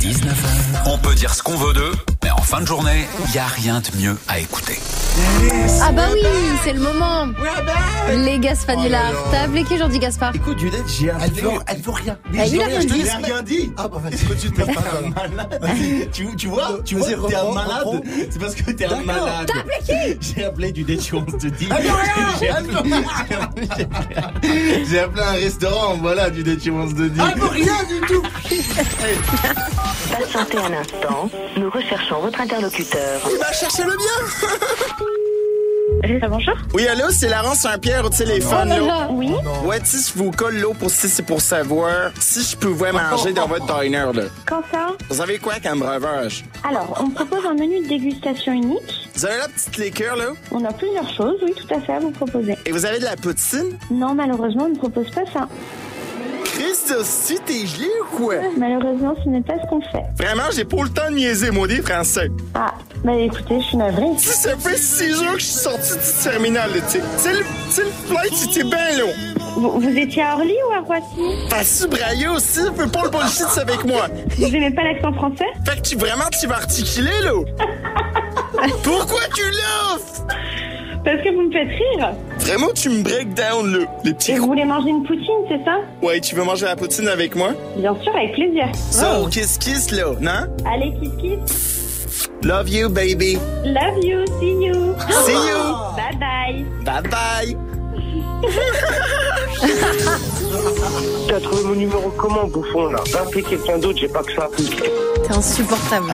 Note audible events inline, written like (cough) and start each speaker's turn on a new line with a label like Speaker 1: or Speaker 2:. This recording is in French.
Speaker 1: 19h, on peut dire ce qu'on veut d'eux, mais en fin de journée, il n'y a rien de mieux à écouter.
Speaker 2: Ah bah oui, c'est le moment. Les Gaspard
Speaker 3: Oh là là.
Speaker 2: T'as appelé qui aujourd'hui Gaspard
Speaker 4: Écoute, Judith, j'ai un
Speaker 3: Elle
Speaker 4: peu-
Speaker 3: veut-
Speaker 4: elle veut rien.
Speaker 2: Bah, il a rien
Speaker 4: je te
Speaker 2: dit.
Speaker 4: l'ai rien dit.
Speaker 3: Ah bah vas-y, continue de faire ça.
Speaker 4: tu, tu vois, tu vois,
Speaker 3: Vas-y,
Speaker 4: t'es un
Speaker 3: reprends,
Speaker 4: malade.
Speaker 3: reprends.
Speaker 4: C'est parce que t'es un
Speaker 3: D'accord.
Speaker 4: malade. T'as appelé
Speaker 5: (laughs)
Speaker 4: qui J'ai appelé du détion, on te dit. J'ai appelé- J'ai appelé un restaurant, voilà, du détion, on te dit.
Speaker 3: Ah pour rien du tout
Speaker 6: Patientez un instant, nous recherchons votre interlocuteur.
Speaker 3: Il va chercher le bien
Speaker 6: bonjour
Speaker 5: Oui, allô, c'est Laurent Saint-Pierre au
Speaker 2: Oh
Speaker 5: téléphone. là.
Speaker 2: Bonjour.
Speaker 6: Oui
Speaker 5: Ouais, si je vous colle l'eau pour si c'est pour savoir si je pouvais manger dans votre diner, là.
Speaker 6: Quand ça
Speaker 5: Vous avez quoi comme breuvage?
Speaker 6: Alors, on propose un menu de dégustation unique.
Speaker 5: Vous avez la petite liqueur, là?
Speaker 6: On a plusieurs choses, oui, tout à fait, à vous proposer.
Speaker 5: Et vous avez de la poutine?
Speaker 6: Non, malheureusement, on ne propose pas ça.
Speaker 5: Christ, si t'es gelé ou quoi?
Speaker 6: Malheureusement, ce n'est pas ce qu'on fait.
Speaker 5: Vraiment, j'ai pas le temps de niaiser, maudit français.
Speaker 6: Ah, bah écoutez, je suis navrée.
Speaker 5: Si ça fait six jours que je suis sorti du terminal, là, tu sais. Tu sais, le tu sais, le flight, c'était bien long.
Speaker 6: Vous, vous étiez à Orly ou à Roissy
Speaker 5: T'as su brailler aussi, fais pas le bullshit avec moi.
Speaker 6: Vous n'aimez pas l'accent français
Speaker 5: Fait que tu vraiment, tu vas articuler, là.
Speaker 6: (laughs)
Speaker 5: Pourquoi tu l'offres?
Speaker 6: Parce que vous me faites rire.
Speaker 5: Vraiment, tu me break down, là. Les petits
Speaker 6: Et vous voulez manger une poutine, c'est ça
Speaker 5: Ouais, tu veux manger la poutine avec moi?
Speaker 6: Bien sûr, avec plaisir. Oh.
Speaker 5: Ça, au kiss-kiss, là, non?
Speaker 6: Allez, kiss kiss.
Speaker 5: Love you, baby.
Speaker 6: Love you, see you.
Speaker 5: See you.
Speaker 6: Bye bye.
Speaker 5: Bye-bye.
Speaker 7: T'as trouvé mon numéro comment, bouffon, là Va appeler quelqu'un d'autre, j'ai pas que ça.
Speaker 2: T'es insupportable.